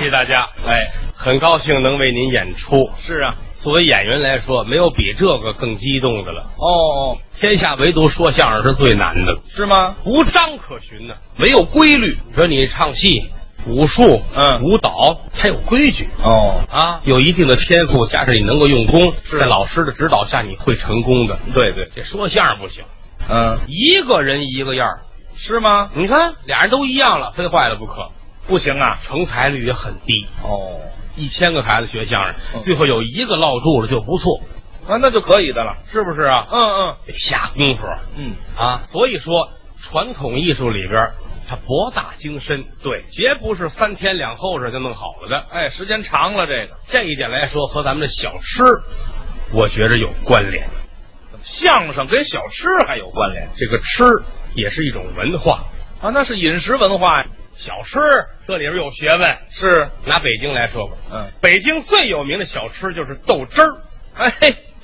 谢大家，哎，很高兴能为您演出。是啊，作为演员来说，没有比这个更激动的了。哦，天下唯独说相声是最难的了，是吗？无章可循呢、没有规律。你说你唱戏、武术、嗯舞蹈，它有规矩哦，啊，有一定的天赋，加上你能够用功，是在老师的指导下，你会成功的。对对，这说相声不行，嗯，一个人一个样儿是吗？你看俩人都一样了，非坏了不可，不行啊。成才率也很低。哦，一千个孩子学相声，嗯最后有一个落住了就不错，啊，那就可以的了。是不是啊？嗯嗯得下功夫嗯，啊！所以说，传统艺术里边它博大精深，对，绝不是三天两后这就弄好了的。哎，时间长了，这个这一点来说，和咱们的小吃，我觉着有关联。相声跟小吃还有关联这个吃也是一种文化，啊，那是饮食文化呀。小吃这里边有学问。是，拿北京来说吧，嗯，北京最有名的小吃就是豆汁儿。哎，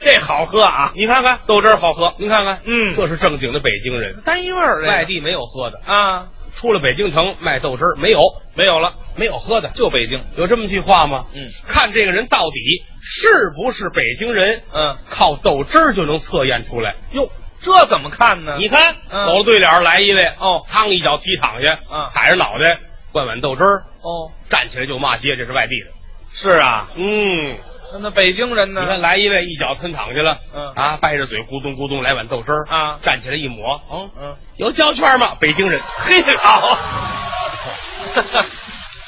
这好喝啊，你看看，豆汁儿好喝，您看看，嗯这是正经的北京人，单月儿外外地地没有喝的，啊，出了北京城卖豆汁儿没有，没有了，没有喝的，就北京。有这么句话吗？嗯看这个人到底是不是北京人，呃嗯，靠豆汁儿就能测验出来。哟，这怎么看呢？你看，嗯走了对脸来一位，哦嘡一脚踢躺下，嗯踩着脑袋灌碗豆汁儿，哦，站起来就骂街，这是外地的。是啊，嗯，那那北京人呢？你看来一位一脚抻躺下了，嗯啊，掰着嘴咕咚咕咚来碗豆汁儿啊站起来一抹，嗯嗯， 有胶圈吗？北京人，嘿，好。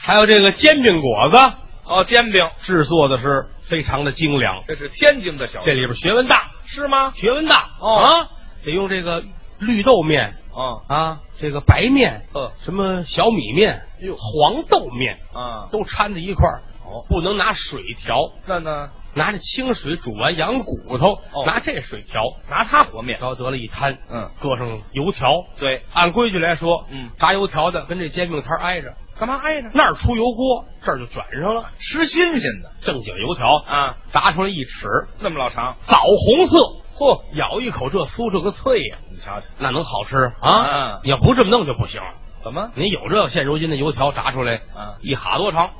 还有这个煎饼果子，哦，煎饼，制作的是非常的精良，这是天津的小这吃，里边学问大，是吗？学问大哦啊，得用这个绿豆面哦，啊，这个白面，呵，什么小米面、黄豆面哎啊，都掺在一块儿，哦不能拿水调，那呢，拿着清水煮完羊骨头，哦拿这水调，拿它和面。调得了一摊，嗯，搁上油条。对，按规矩来说，嗯炸油条的跟这煎饼摊儿挨着，干嘛挨着？那儿出油锅，这儿就卷上了。吃新鲜的正经油条啊，炸出来一尺，那么老长，枣红色，嚯，咬一口这酥这个脆呀、你瞧瞧，那能好吃啊嗯？你要不这么弄就不行了。怎么你有这现如今的油条炸出来嗯，一哈多长，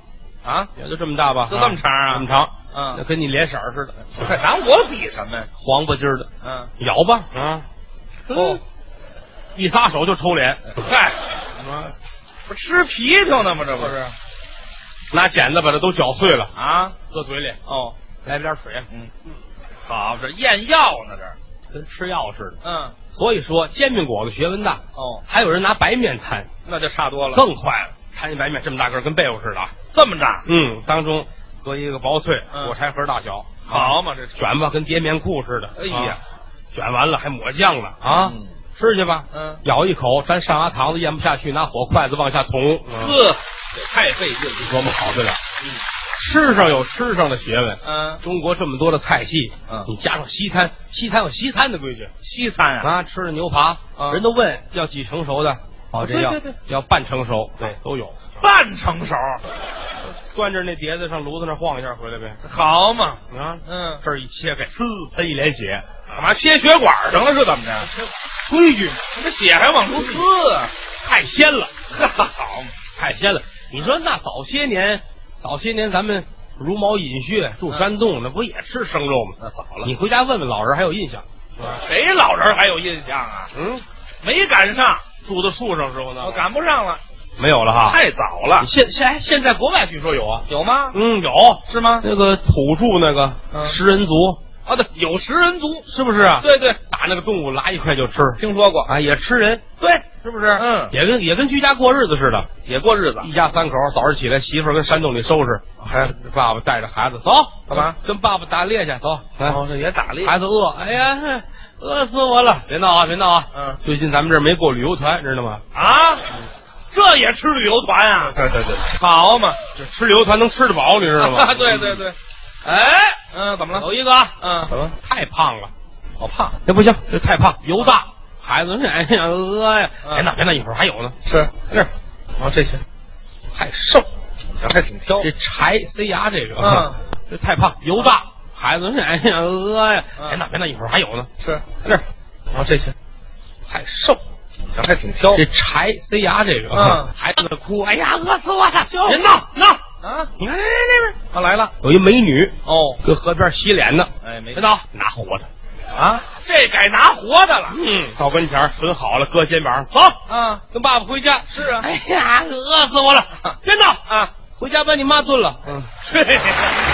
啊？也就这么大吧，就这么长啊这么长，嗯那跟你脸色儿似的，这拿我比什么呀？黄不唧儿的，嗯，咬吧啊，哦嗯，一撒手就抽脸，嗨，不吃皮条呢吗？这不是拿剪子把它都搅碎了，啊？搁嘴里，哦，来点水，啊嗯，好，这验药呢这，跟吃药似的。嗯，所以说，煎饼果子学问大，哦，还有人拿白面摊，那就差多了，更坏了，摊一白面这么大个儿，跟被窝似的啊。这么大，嗯，当中搁一个薄脆，嗯火柴盒大小，啊好嘛这卷吧，跟叠棉裤似的。哎呀啊，卷完了还抹酱了啊嗯，吃去吧。嗯咬一口，咱上牙膛子咽不下去，拿火筷子往下捅。呵，呵，这太费劲了。琢磨好对了。吃上有吃上的学问。嗯，中国这么多的菜系，嗯你加上西餐，西餐有西餐的规矩西餐啊，啊，吃的牛扒，嗯人都问要几成熟的，哦，这要对对对要半成熟，对都有，半成熟，端着那碟子上炉子那晃一下回来呗，好嘛，啊，嗯，这儿一切开，呲喷一脸血，干嘛切血管上了是怎么着？规矩这血还往出滋啊！太鲜了， 好嘛，太鲜了。你说那早些年，早些年咱们茹毛饮血住山洞，那不也吃生肉吗？那早了你回家问问老人还有印象？谁老人还有印象啊？嗯，没赶上，住到树上时候呢我赶不上了，没有了哈。太早了。现现哎现在国外据说有啊，有吗？嗯，有是吗？那个土著那个嗯食人族，啊，对，有食人族，是不是啊？对对，打那个动物拉一块就吃听说过，啊，也吃人，对，是不是？嗯，也跟也跟居家过日子似的。也过日子，一家三口早上起来，媳妇儿跟山洞里收拾，还爸爸带着孩子走干嘛？跟爸爸打猎去，走。来，哦这也打猎孩子饿，哎呀，饿死我了！别闹啊，别闹啊！嗯最近咱们这儿没过旅游团，知道吗？啊，这也吃旅游团啊？对对对，好嘛，？这吃旅游团能吃得饱，你知道吗 对对对，哎，嗯，怎么了？有一个啊，嗯，么 太胖了？好胖，这不行，这太胖，油大。孩子，哎呀，饿呀！嗯别闹，别闹，一会儿还有呢。是，那儿哦，这些太瘦，这还挺挑这柴塞牙这个，嗯， 这太胖，油大。孩子，哎呀， 饿呀！哎嗯别闹，别闹，一会儿还有呢。是，那儿哦，这些太瘦，这还挺挑这柴塞牙这个，嗯 孩子哭，哎呀，饿死我了！别别闹，闹闹，啊，你看那那边他来了。有一美女哦，搁河边洗脸呢，哎，没知道拿活的，啊，这改拿活的了。嗯， 到跟前儿捆好了，搁肩膀上，走，啊，跟爸爸回家。是啊哎呀，饿死我了，别闹啊， 回家把你妈炖了。嗯。嘿嘿嘿